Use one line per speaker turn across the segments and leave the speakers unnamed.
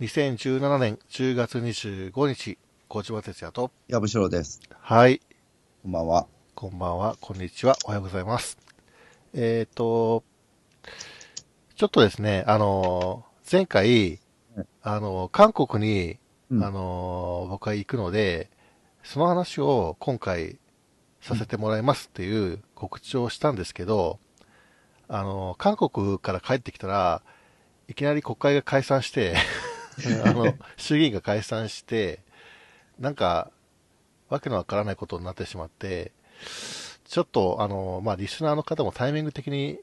2017年10月25日、小島哲也と。
やぶしろです。
はい。
こんばんは。
こんばんは、こんにちは、おはようございます。えっ、と、ちょっとですね、あの、前回
うん、
あの、韓国に、
うん
あの、僕は行くので、その話を今回させてもらいますっていう告知をしたんですけど、あの、韓国から帰ってきたら、いきなり国会が解散 して、あの、衆議院が解散して、なんか、わけのわからないことになってしまって、ちょっと、あの、まあ、リスナーの方もタイミング的に、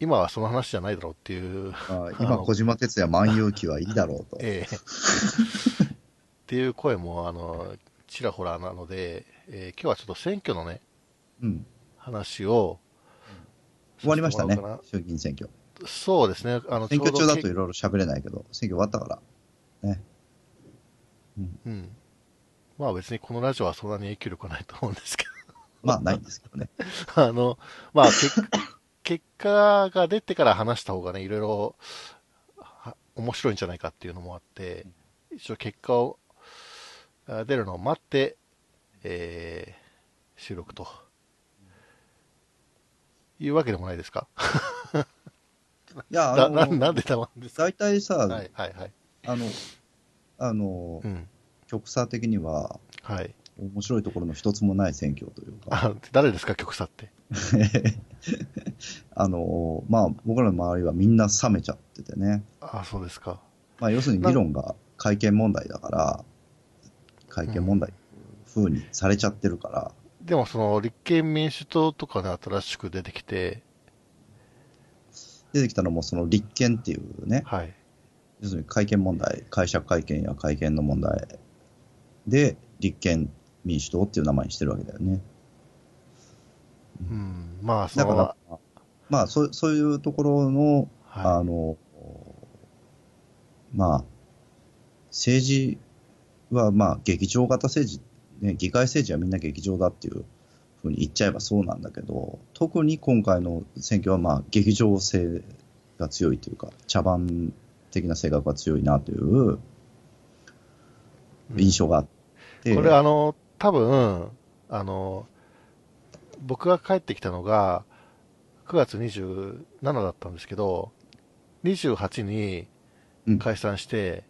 今はその話じゃないだろうっていう、
あー
あ
今、
の
小島哲也万有期はいいだろうと。
ええっていう声も、あの、ちらほらなので、ええ今日はちょっと選挙のね、
うん。
話を、
終わりました
させ
ね
てもらおうか。
衆議院選挙。
なそうですね、あの、
選挙
ちょ
中
うど
だといろいろ喋れないけど、選挙終わったから。
うん。まあ別にこのラジオはそんなに影響力はないと思うんですけど
まあ、ないんですけどね。
あの、まあ、結 結果が出てから話した方がね、いろいろは面白いんじゃないかっていうのもあって、一応結果をあ出るのを待って、えー収録と。いうわけでもないですか
いや、
な、
あ
なな
の、
んで黙るんですか
大体さ、
はい、はい、はい。
あの、あの、
うん。
局差的には、
はい。
面白いところの一つもない選挙というか、
あ誰ですか、局差って。
あの、まあ、僕らの周りはみんな冷めちゃっててね。
あ、そうですか。
まあ、要するに議論が会見問題だから、会見問題風にされちゃってるから、
でも、その、立憲民主党とかね、新しく出てきて、
出てきたのもその立憲っていうね、
はい。
要するに会見問題、解釈会見や会見の問題で、立憲民主党っていう名前にしてるわけだよね。
うん。まあ、そ
だ
の、
から、まあそうそういうところの、
は
あの、まあ、政治はまあ劇場型政治、ね、議会政治はみんな劇場だっていうふうに言っちゃえばそうなんだけど、特に今回の選挙はまあ劇場性が強いというか、茶番的な性格が強いなという
い。
印象があって、
これあの、多分、あの、僕が帰ってきたのが、9月27だったんですけど、28に
うん
解散して、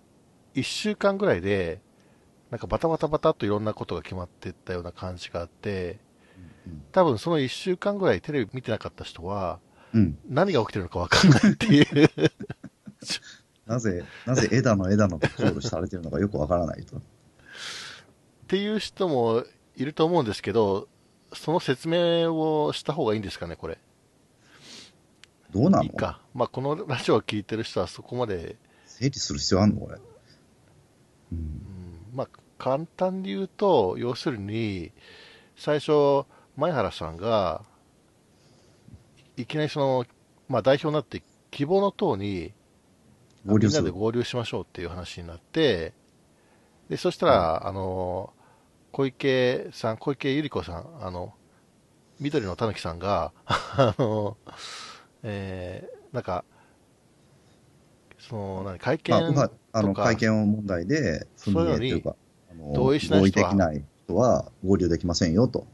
1週間ぐらいで、なんかバタバタバタっといろんなことが決まっていったような感じがあって、
うん
多分その1週間ぐらいテレビ見てなかった人は、
うん、
何が起きてるのかわかんないっていう。
なぜ、なぜ枝の枝のとコールされてるのかよくわからないと。
っていう人もいると思うんですけど、その説明をした方がいいんですかね、これ。
どうないの
いか。まあ、このラジオを聞いてる人はそこまで、
整理する必要あるのこれ。うん
うんまあ、簡単に言うと、要するに、最初、前原さんが、いいきなりその、まあ、代表になって、希望の党に、
合流
みん
す
なで
る。
合流しましょうっていう話になって、で、そしたら、あの、小池さん、小池百合子さん、あの、緑のたぬきさんが、 あの、えーなんか、その、何、会見、
まあ、うまあの
とか
会見問題で、不
そういう
明
の
と
に
いうか、あの
同意しない人は
合意できない人は合流できませんよと。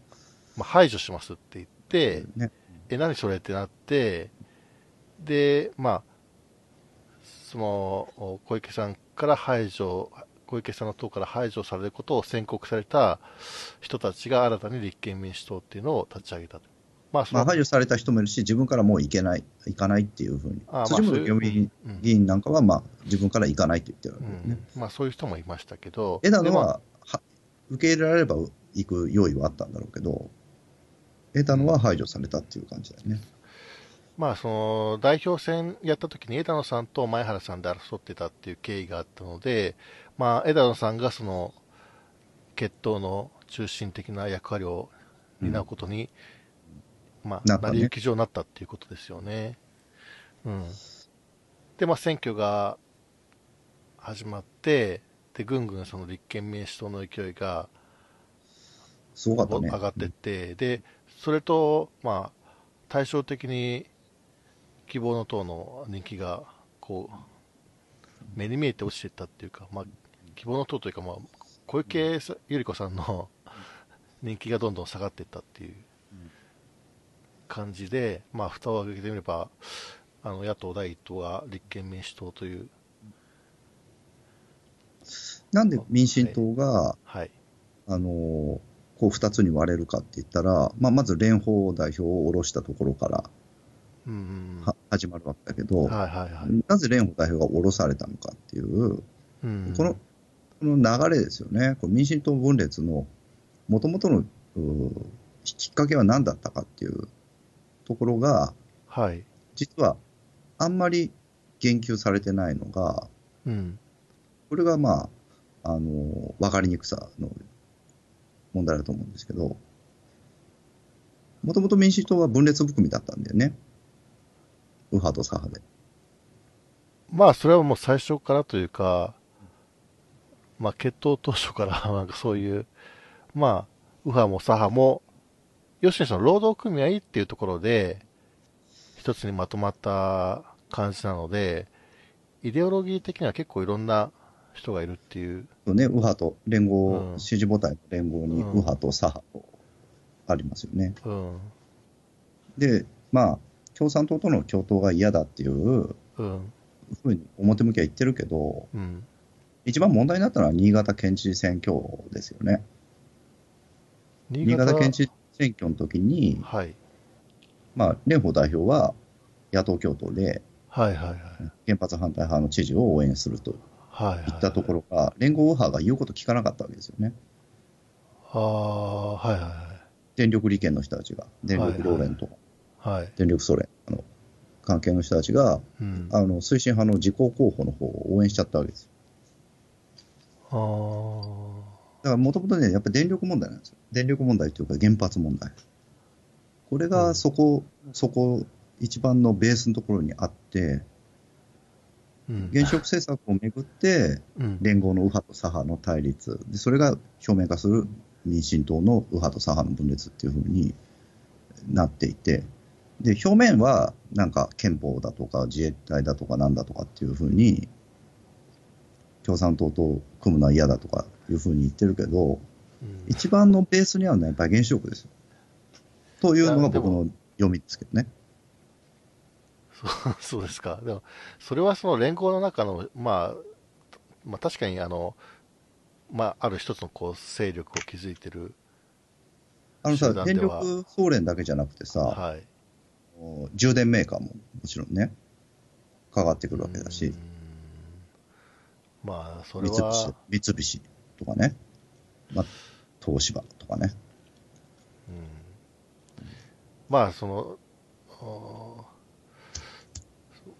まあ、排除しますって言って、
ね、
え、何それってなって、で、まあ、その、お小池さんから排除、小池さんの党から排除されることを宣告された人たちが新たに立憲民主党っていうのを立ち上げたと。まあ、そ
ま
の、
あ、排除された人もいるし、自分からもう行けない、行かないっていうふうに
ああまあ、
辻
そうい
元
う
清美
うん
議員なんかは、まあ、自分から行かないって言ってるわ
う
けですね。
ん、まあ、そういう人もいましたけど、
枝野
でまあ
はは受け入れられれば行く用意はあったんだろうけど、枝野は排除されたっていう感じだよね。
まあ、その代表選やった時に枝野さんと前原さんで争ってたっていう経緯があったので、まあ、枝野さんがその決闘の中心的な役割を担うことに、まあ、
なった
成
ね
り行き上になったっていうことですよね。うん、で、まあ、選挙が始まって、でぐんぐんその立憲民主党の勢いが
すごかったね。
上がってって、で、それと、まあ、対照的に希望の党の人気が、こう、目に見えて落ちてったっていうか、まあ、希望の塔というか、まあ、小池さ百合子さんの人気がどんどん下がっていったっていう
うん
感じで、まあ、蓋を開けてみれば、あの野党第一党が立憲民主党という、
なんで民進党が、
はい、
あのーこう二つに割れるかって言ったら、まあ、まず蓮舫代表を下ろしたところから
うんうんうん、
は始まるわけだけど、
はいはいはい。
なぜ蓮舫代表が下ろされたのかっていう、
うん
このこの流れですよね、この民進党分裂のもともとのうーきっかけは何だったかっていうところが、
はい。
実はあんまり言及されてないのが、
うん。
これがまあ、あの、わかりにくさの問題だと思うんですけど、もともと民主党は分裂含みだったんだよね。右派と左派で。
まあ、それはもう最初からというか、まあ、決闘当初から、 なんかそういう、まあ、右派も左派も、要するにその労働組合っていうところで、一つにまとまった感じなので、イデオロギー的には結構いろんな人がいるっていう、
そうね、右派と連合、
うん
支持母体の連
う
合に
ん
右派と左派とありますよね。
うん、
で、まあ、共産党との共闘が嫌だっていう
うん、
ふうに表向きは言ってるけど、
うん。
一番問題になったのは新潟県知事選挙ですよね。新潟県知事選挙の時に、
はい。
まあ、蓮舫代表は野党共闘で
はいはいはい。
原発反対派の知事を応援すると
はい、はい。
いったところが、連合右派が言うこと聞かなかったわけですよね、
ああ、はいはい
電力利権の人たちが、電力労連とか、
はい。はい。
電力ソ連あの関係の人たちが、
うん。
あの推進派の自公候補の方を応援しちゃったわけですよ。
ああ。
だからもともとね、やっぱり電力問題なんですよ。電力問題というか原発問題。これ
う
が
ん
そこ、そこ、一番のベースのところにあって、
うん
現職政策をめぐって、
うん
連合の右派と左派の対立で、それが表面化する民進党の右派と左派の分裂っていうふうになっていて、で表面はなんか憲法だとか自衛隊だとかなんだとかっていうふうに、共産党と組むのは嫌だとかいうふうに言ってるけ
う
ど、
ん
一番のベースにあるのはやっぱり原子力ですよ。というのが僕
いや
の読みですけどね。
そう そうですか、でも、それはその連合の中の、まあ、まあ、確かにあの、まあ、ある一つのこう勢力を築いてる、
あのさ
集、団で
電
は
力総連だけじゃなくてさ、
はい、
充電メーカーももちろんね、かかってくるわけだ
う
し
ん、まあ、それ
三
は
菱、三菱とかね、まあ、東芝とかね、
うん、まあ、その、お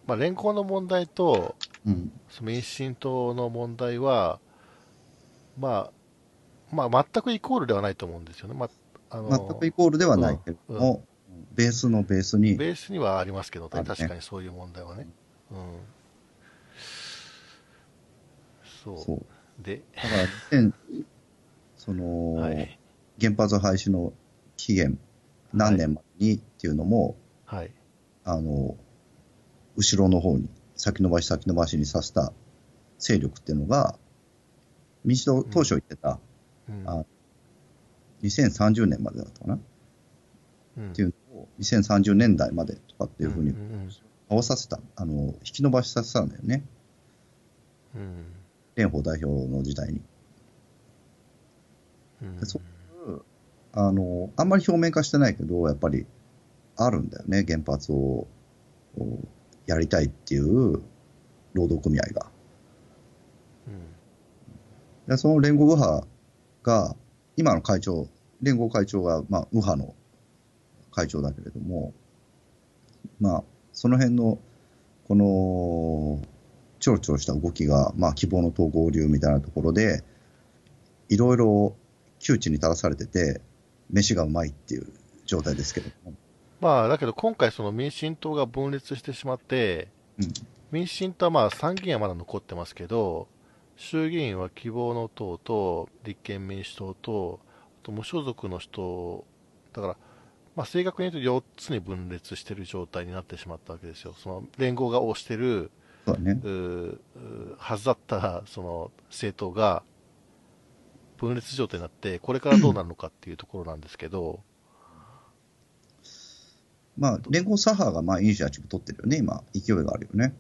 まあ、連合の問題と、
うん、
その民進党の問題は、まあ、まあ、全くイコールではないと思うんですよね。まあ、あの
全くイコールではないけれども、ベースのベースに、
ベースにはありますけど、
あるね
確かにそういう問題はね。うん。そう。
そう
で、
だから2000そ の、
はい。
原発廃止の期限、何年までにっていうのも、
はい。
あの後ろの方に、先延ばし先延ばしにさせた勢力っていうのが、民主党当初言ってた、
うん。
あ2030年までだったかな。
うん
っていうのを2030年代までとかっていうふう
ん
に
ん
合わさせた、あの引き伸ばしさせたんだよね、
うん。
蓮舫代表の時代に。
うん。うん
そあのあんまり表面化してないけど、やっぱりあるんだよね、原発をおやりたいっていう労働組合が。
うん
でその連合右派が、今の会長、連合会長が、まあ、右派の会長だけれども、まあ、その辺の、この、ちょろちょろした動きが、まあ、希望の統合流みたいなところで、いろいろ窮地に立たされてて、飯がうまいっていう状態ですけれども。
まあ、だけど今回、その民進党が分裂してしまって、
うん
民進党はまあ参議院はまだ残ってますけど、衆議院は希望の党と立憲民主党と、あと無所属の人、だから、まあ、正確に言うと4つに分裂している状態になってしまったわけですよ、その連合が推してる
そうだね
う。ーうーはずだった、その政党が、分裂状態になって、これからどうなるのかっていうところなんですけど、
まあ、連合左派がまあイニシアチブ取ってるよね、今、勢いがあるよね。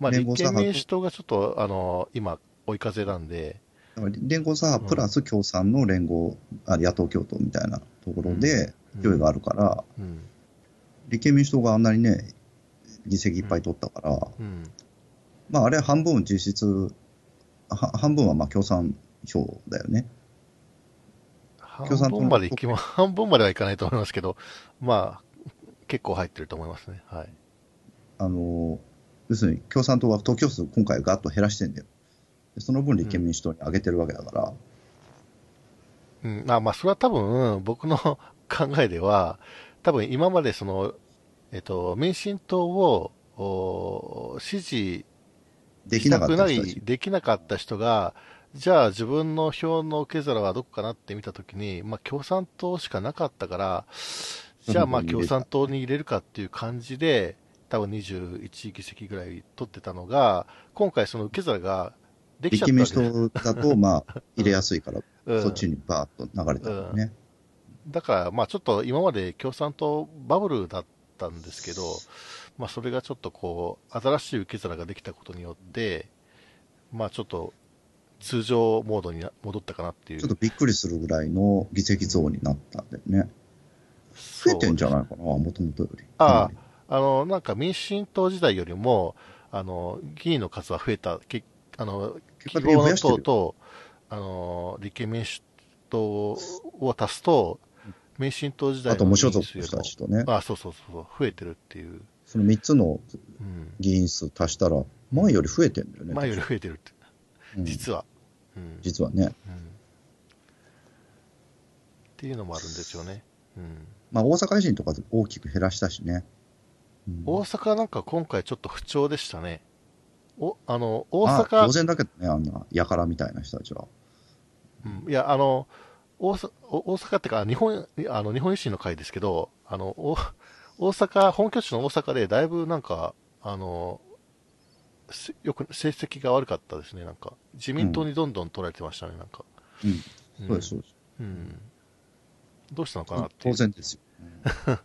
まあ、
連
立
合左
憲
派と
民主党がちょっと、あの、今、追い風なんで、
だから連合左
うん
派プラス共産の連合、あ野党共闘みたいなところで勢いがあるから、
うん。
立憲民主党があんなにね、議席いっぱい取ったから、
うん。
まあ、あれ半分実質、は半分はまあ共産票だよね。
半
産党
分までいきま、半分まではいかないと思いますけど、まあ、結構入ってると思いますね。はい。
あの要するに共産党は投票数今回ガッと減らしてんだよ。でその分立憲民主党に上げてるわけだから、
うん、まあまあ、それは多分、僕の 考えでは、多分今までその、えっと、民進党を、お支持
で
し
きな
た
かっ
くな
た人た
い、
ち。
できなかった人が、じゃあ自分の票の受け皿はどこかなって見たときに、まあ共産党しかなかったから、じゃあまあ
うん
共産党に入れるかっていう感じで、多分21議席ぐらい取ってたのが、今回その受け皿ができち
立
ゃったわけです
憲民主党だと、まあ、入れやすいから、
うん
そっちにバーッと流れたんだよね。
だから、まあちょっと今まで共産党バブルだったんですけど、まあそれがちょっとこう、新しい受け皿ができたことによって、まあちょっと通常モードにな戻ったかなっていう。
ちょっとびっくりするぐらいの議席増になったんだよね。増えてんじゃないかな、もともとより。
あ
かなり
あの、なんか民進党時代よりも、あの、議員の数は増えた、けあの、
結
希
果的に
望
増
の
やして
党
るよ。
と、あの、立憲民主党を足すと、民進党時代
あと
の
無
議
所
員
属
数
の
よ
人たち
り
とね、
も、あ、そうそうそう、増えてるっていう。
その3つの
うん。
議員数足したら、前より増えてんだよね。
前より増えてるって、
うん
実は。うん。
実はね。
うんっていうのもあるんですよね。うん。
まあ、大阪維新とか大きく減らしたしね。うん
大阪なんか今回ちょっと不調でしたね。お、あの、大
まあ
阪
当然だけどね、あんな、やからみたいな人たちは。
うんいや、あの、大阪お大阪ってか、日本、あの、日本維新の会ですけど、あの、お大阪、本拠地の大阪で、だいぶなんか、あの、せよく、成績が悪かったですね、なんか。自民党にどんどん取られてましたね、なんか。
うん、
ん
そうです、そうです。
うん。どうしたのかなってい
当
う。
然ですよ。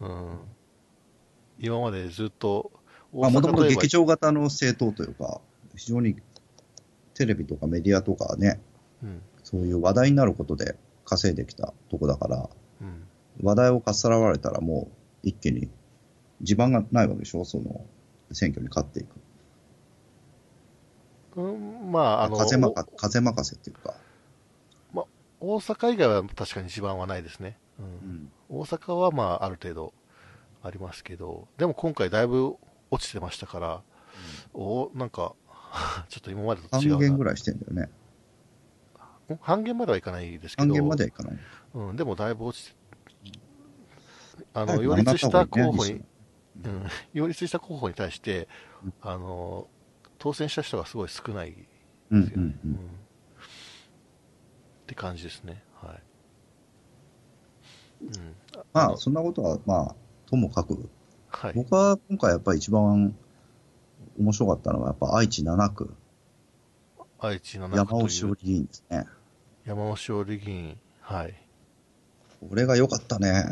うん。今までずっと、
まあ、もともと
といえば
劇場型の政党というか、非常にテレビとかメディアとかね、
うん。
そういう話題になることで稼いできたとこだから、
うん。
話題をかっさらわれたらもう一気に地盤がないわけでしょ、その選挙に勝っていく。
うん、まあ、あの、
風任風任せっていうか、
お大阪以外は確かに地盤はないですね。うん
うん
大阪はまあある程度ありますけど、でも今回だいぶ落ちてましたから、おなんか、 ちょっと今までと
半
違うな。
減ぐらいしてんだよね。
ん半減まではいかないですけど、
半減まではいかない。
うん、でもだいぶ落ちて、あ
早
の、
く
擁立した候補
なくなった方が
に、
いいね
うん、擁立した候補に対して
うん、
あの、当選した人がすごい少ないで
うん
すよね。
うんうん
うんって感じですね。はい。うん。
ま
の
あ、そんなことは、まあ、ともかく、
はい。
僕は今回やっぱり一番面白かったのは、やっぱ愛知7区、
愛知の中
山
と
尾
い
志
う
織議員ですね。
山尾勝利議員、はい、
これが良かったね。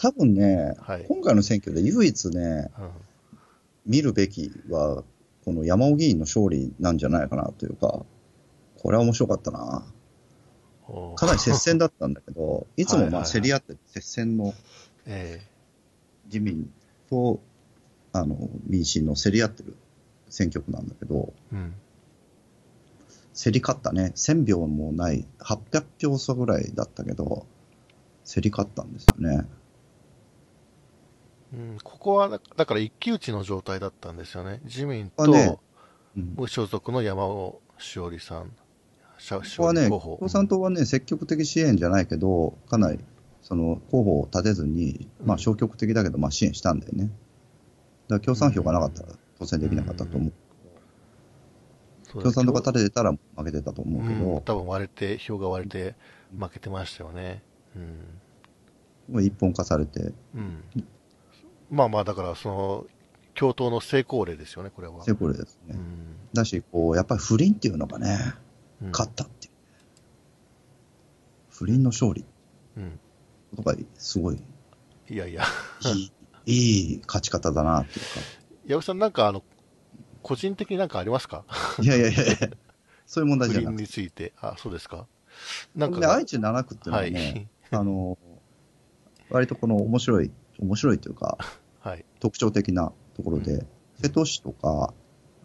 多分ね、
はい、
今回の選挙で唯一ね、
うん、
見るべきは、この山尾議員の勝利なんじゃないかなというか、これは面白かったな。
おー
かなり接戦だったんだけ ど、いつもまあ競り合って接戦の
ええ
自民とあの民進の競り合ってる選挙区なんだけど、
うん、
競り勝ったね。1000票もない、800票差ぐらいだったけど、競り勝ったんですよね。
うん、ここはだだから一騎打ちの状態だったんですよね、自民
ここはね
と
うん
無所属の山尾志織さん、こ
ここはね、
候補
共産党はね、積極的支援じゃないけど、かなりその候補を立てずに、ま
う
あ、
ん
消極的だけど、まあ、支援したんだよね。だから共産票がなかったら当選できなかったと思う。
うん
共産党が立ててたら負けてたと思うけ
うん、
ど、
多分割れて、票が割れて、負けてましたよね、うん、
もう一本化されて、
うん、まあまあ、だからその共闘の成功例ですよね、これは。
成功例です
う
ね。
ん
だし、こう、やっぱり不倫っていうのがね、
うん
勝ったっていう。不倫の勝利
うん
とか、すごい、
いやい や、
いい、いい勝ち方だなっていうか。
矢部さん、なんかあの、個人的になんかありますか
いやいやいやいや、そういう問題
不
じゃな
倫
くて。
について。あ、そうですか。なんか、
で、愛知7区っていうの
は。
はいね、あの、割とこの面白い、面白いというか、
はい。
特徴的なところで、
う
瀬戸市とか、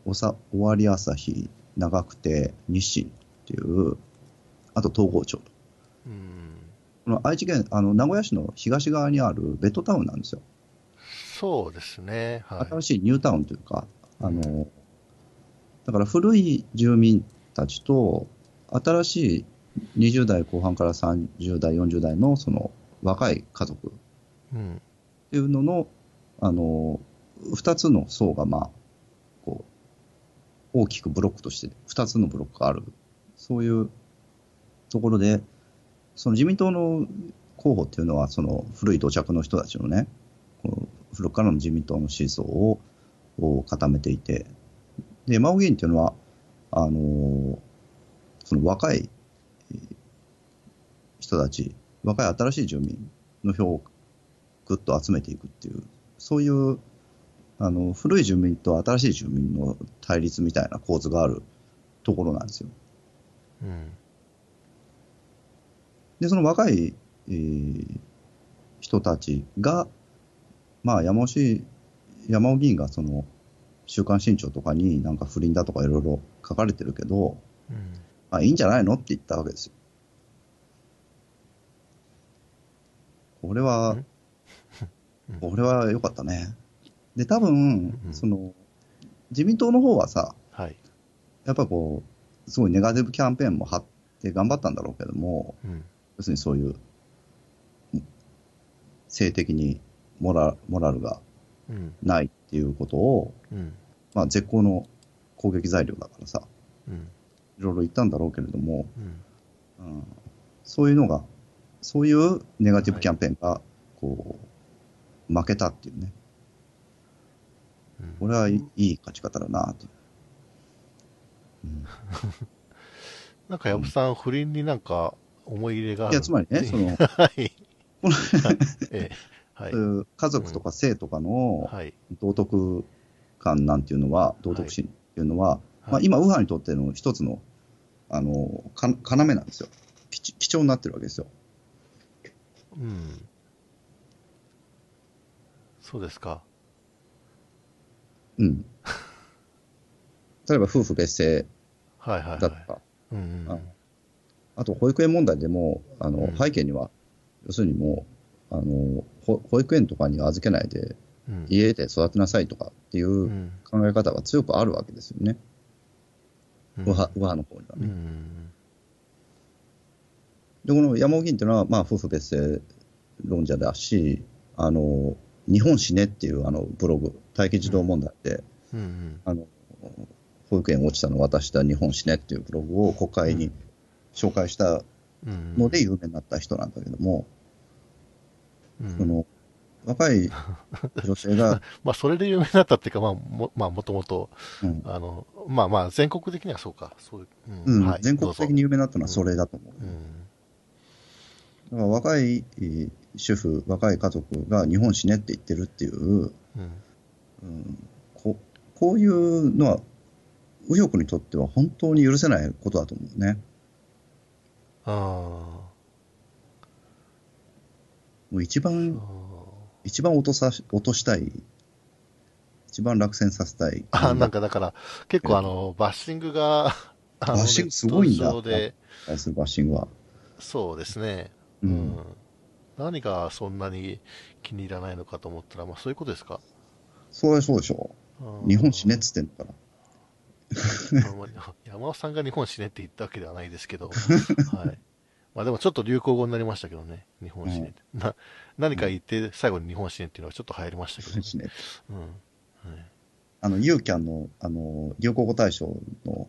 おさ、尾張朝日、長久手、日清っていう、あと東郷町と。
うん。
この愛知県、あの、名古屋市の東側にあるベッドタウンなんですよ。
そうですね。はい。
新しいニュータウンというか、あ
う
の、だから古い住民たちと、新しい20代後半から30代、40代のその若い家族っ
うん。
ていうのの、あの、二つの層が、まあ、こう、大きくブロックとして、二つのブロックがある。そういうところで、その自民党の候補っていうのは、その古い土着の人たちのね、この古くからの自民党の思想をを固めていて、で、真央議員っていうのは、あのーその若いえー人たち、若い新しい住民の票をぐっと集めていくっていう、そういう、あの、古い住民と新しい住民の対立みたいな構図があるところなんですよ。
うん。
で、その若い、えー人たちが、まあ、山尾氏、山尾議員がその、週刊新潮とかになんか不倫だとかいろいろ書かれてるけど、
うん。
まあ、いいんじゃないのって言ったわけですよ。これは
ん、うん
これは良かったね。で、多分
う、ん
その、自民党の方はさ、
はい。
やっぱこう、すごいネガティブキャンペーンも張って頑張ったんだろうけども、
うん。
要するにそういう、性的にモラモラルが
うん。
ないっていうことを、
うん。
まあ絶好の攻撃材料だからさ、
うん。
いろいろ言ったんだろうけれども、
うん。
うん、そういうのが、そういうネガティブキャンペーンが、こう、負けたっていうね、
うん
これはいいいい勝ち方だなと。うん
なんか、矢部さん、不倫になんか思い入れがあ
い
る。
や、つまりね、その、
はい。ええはい。
そういう家族とか性とかの
はい。
道徳感なんていうのは、道徳心っていうのは、まあ、今、右派にとっての一つの、あの、か要なんですよ。貴重貴重になってるわけですよ。
うん。そうですか。
うん。例えば、夫婦別姓
はいはい
だ
は
と
い。
か、
うんうん
ああと保育園問題でも、あの
うん
背景には、要するにもうあのほ保育園とかには預けないで、
うん。
家で育てなさいとかっていううん考え方が強くあるわけですよね、
うん
右派右派の方には
う
ね。
ん。
で、この山尾議員っていうのは、まあ、夫婦別姓論者だし、あの日本死ねっていうあのブログ、待機児童問題で、
うんうん。
あの保育園落ちたの私だ、日本死ねっていうブログを国会に紹介した
うん。
ので有名になった人なんだけども。
うん
その若い女性 が、
まあ、それで有名になったっていうか、まあ、も、まあ、もともと、
うん
あの、まあまあ、全国的にはそうか。そういう。
うん
はい
全国的に有名になったのはそれだと思う。
どうぞうん。
だから若いえー主婦、若い家族が日本死ねって言ってるっていう、
うん。
うん、ここういうのは右翼にとっては本当に許せないことだと思うね。
あ
もう一
あ
番、。一番落とさし落としたい、一番落選させたい。
あなんかだから、結構あの、バッシングが、バ
バッシングすごいんだ
で、
対するバッシングは。
そうですね。
う
うんん。何がそんなに気に入らないのかと思ったら、まあそういうことですか。
それはそうでしょ
うん
う。日本死ねっつってんだから。
あんまり山尾さんが日本死ねって言ったわけではないですけ ど、はい。まあでもちょっと流行語になりましたけどね、日本死ねって。な何か言って最後に日本死ねっていうのはちょっと流行りましたけ
日
どね
本。死ね
うん。はい
あの、ユーキャンの、あの、流行語大賞の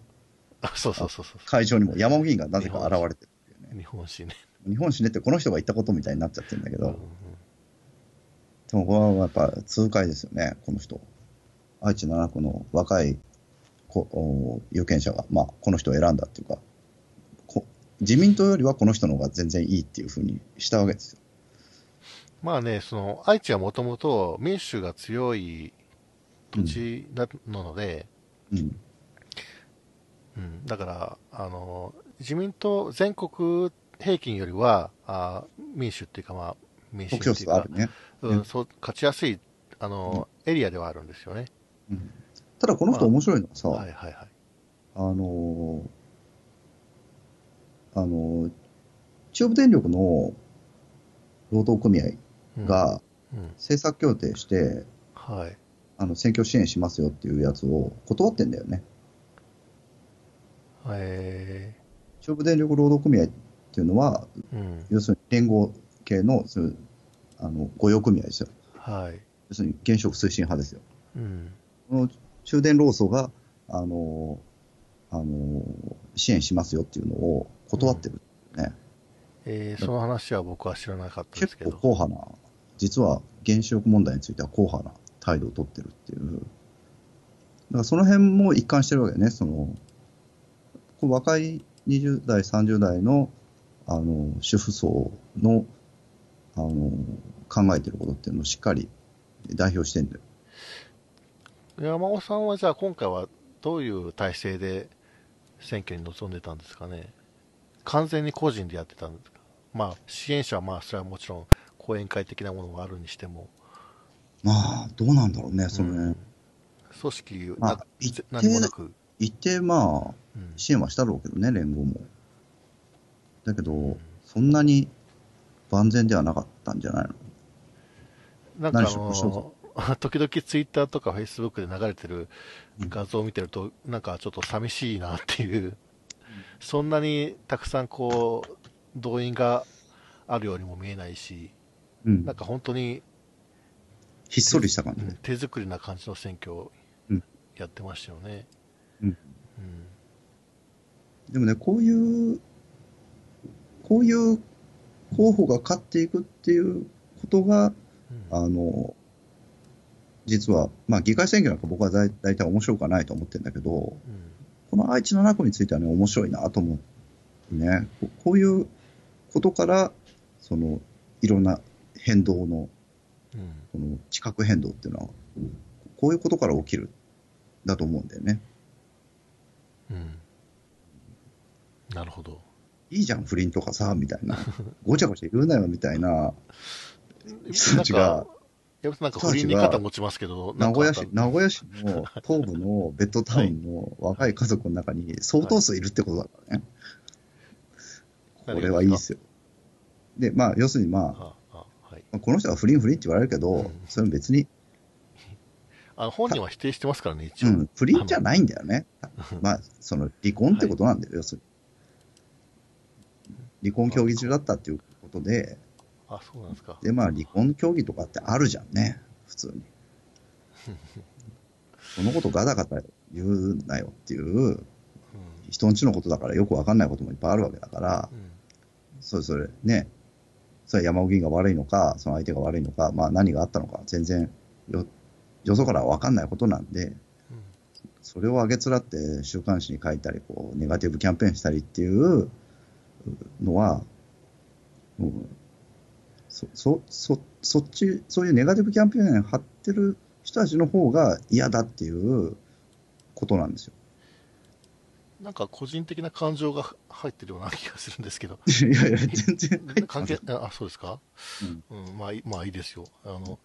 あ、そうそうそうそう
会場にも山尾議員がなぜか現れてるっていうね。。
日本死ね。
日本史ねってこの人が言ったことみたいになっちゃってるんだけ
うん
ど、でもこれはやっぱ痛快ですよね、この人。愛知7区の若いこお有権者が、まあ、この人を選んだっていうかこ、自民党よりはこの人の方が全然いいっていうふうにしたわけですよ。
まあね、その、愛知はもともと民主が強い土地なので、
うん。
うん、だから、あの、自民党全国平均よりは、あ民主っていうか、まあ、民主
得
ってい
票
う
数があ
か
る、ね。
うん、そう、勝ちやすい、あの、エリアではあるんですよね。
うんただこの人面白いのはさ、
はいはいはい。
あのーあのー中部電力の労働組合
うん、
が
うん、
政策協定して、
はい。
あの選挙支援しますよっていうやつを断ってんだよね。
え
中部電力労働組合っていうのは、
ー、うん、
要するに連合系のそういうあの御用組合ですよ。
はい。
要するに現職推進派ですよ。
うん、
この中電労組が、あのーあのー支援しますよっていうのを断ってるね。
えー、その話は僕は知らなかったです
結
け
構
ど。
硬派な、実は原子力問題については硬派な態度を取ってるっていう、だからその辺も一貫してるわけね、そのこう若い20代、30代のあの主婦層のあの考えてることっていうのをしっかり代表してるんだよ。
山尾さんはじゃあ今回はどういう体制で選挙に臨んでたんですかね完全に個人でやってたんですかまあ支援者はまあそれはもちろん講演会的なものがあるにしても、
まあ、どうなんだろうね、その
う
辺
ん組織な、
まあ一定
何もなく、
一定まあ、
うん
支援はしたろうけどね、連合も。だけ
う
ど
ん、
そんなに万全ではなかったんじゃない
な
の
んかあ
何しろそう
の 時々ツイッターとかフェイスブックで流れてる画像を見てると、なんかちょっと寂しいなっていう、そんなにたくさんこう動員があるようにも見えないし、
うん
なんか本当に
ひっそりした感
う
じ
ん
で。
手作りな感じの選挙を
うん
やってましたよね。
うん
うん
でもね、こういう、こういう候補が勝っていくっていうことが、
うん
あの、実は、まあ、議会選挙なんか僕はだい大体面白くはないと思ってるんだけど、こ
うん
の愛知7区についてはね、面白いなと思う。ね、ここういうことから、その、いろんな変動の、
うん
この地殻変動っていうのは、こういうことから起きる、だと思うんだよね。
うんなるほど。
いいじゃん、不倫とかさ、みたい な。ごちゃごちゃ言うなよ、みたいな。人
な
た
ん
ち
か
が、
やっぱなんか
人た
不
ち
倫
が
に肩持ちますけど、な
名
んか
古
あ
屋
った
市、名古屋市の東部のベッドタウンの若い家族の中に相当数いるってことだか
は
らね。
い
これはいいですよ。で、まあ、要するにま
ああはい
あ、この人は不倫不倫って言われるけ
う
ど
ん、
それも別に、
あの本人は否定してますからね、一
う
応。
ん、不倫じゃないんだよね。まあ、その、離婚ってことなんだよ、要するに。離婚協議中だったっていうことで、
あ、そうなんですか。
で、まあ、離婚協議とかってあるじゃんね、普通 に。そのことガタガタ言うなよっていう、
うん
人んちのことだからよくわかんないこともいっぱいあるわけだから、
うん
それそれね、それは山尾議員が悪いのか、その相手が悪いのか、まあ何があったのか、全然よ、よそからはわかんないことなんで、
うん
それを上げつらって週刊誌に書いたり、こう、ネガティブキャンペーンしたりっていうのは、うん、そ、そ、そ、そっち、そういうネガティブキャンペーン貼ってる人たちの方が嫌だっていうことなんですよ。
なんか個人的な感情が入ってるような気がするんですけど。
いやいや、全然入ってま
関
せん
係あ、そうですか、
うん
うんまあいい、まあいいですよ。あの、